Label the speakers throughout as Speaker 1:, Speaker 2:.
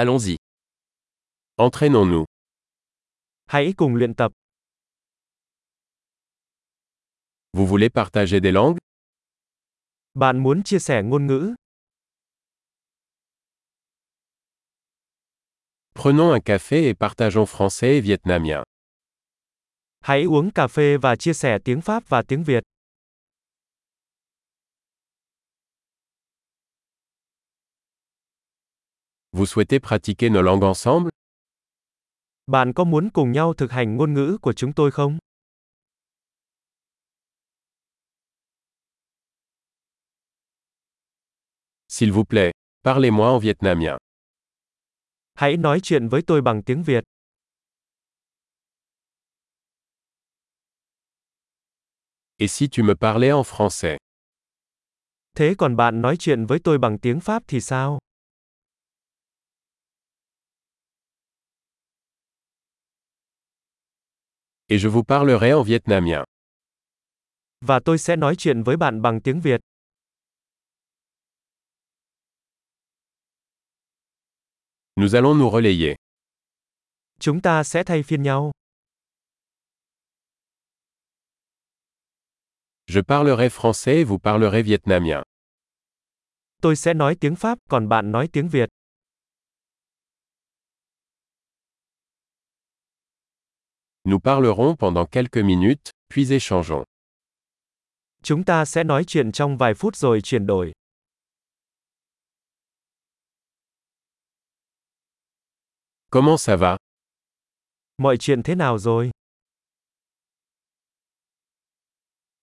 Speaker 1: Allons-y. Entraînons-nous.
Speaker 2: Hãy cùng luyện tập.
Speaker 1: Vous voulez partager des langues
Speaker 2: Bạn muốn chia sẻ ngôn ngữ?
Speaker 1: Prenons un café et partageons français et vietnamien.
Speaker 2: Hãy uống cà phê và chia sẻ tiếng Pháp và tiếng Việt.
Speaker 1: Vous souhaitez pratiquer nos langues ensemble
Speaker 2: Bạn có muốn cùng nhau thực hành ngôn ngữ của chúng tôi không?
Speaker 1: S'il vous plaît, parlez-moi en vietnamien.
Speaker 2: Hãy nói chuyện với tôi bằng tiếng Việt.
Speaker 1: Et si tu me parlais en français
Speaker 2: Thế còn bạn nói chuyện với tôi bằng tiếng Pháp thì sao?
Speaker 1: Et je vous parlerai en vietnamien.
Speaker 2: Và tôi sẽ nói chuyện với bạn bằng tiếng Việt.
Speaker 1: Nous allons nous relayer.
Speaker 2: Chúng ta sẽ thay phiên nhau.
Speaker 1: Je parlerai français et vous parlerez vietnamien.
Speaker 2: Tôi sẽ nói tiếng Pháp, còn bạn nói tiếng Việt.
Speaker 1: Nous parlerons pendant quelques minutes, puis échangeons.
Speaker 2: Chúng ta sẽ nói chuyện trong vài phút rồi chuyển đổi.
Speaker 1: Comment ça va
Speaker 2: Mọi chuyện thế nào rồi?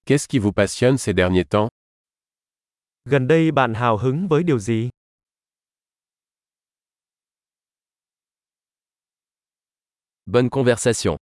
Speaker 1: Qu'est-ce qui vous passionne ces derniers temps
Speaker 2: Gần đây bạn hào hứng với điều gì?
Speaker 3: Bonne conversation.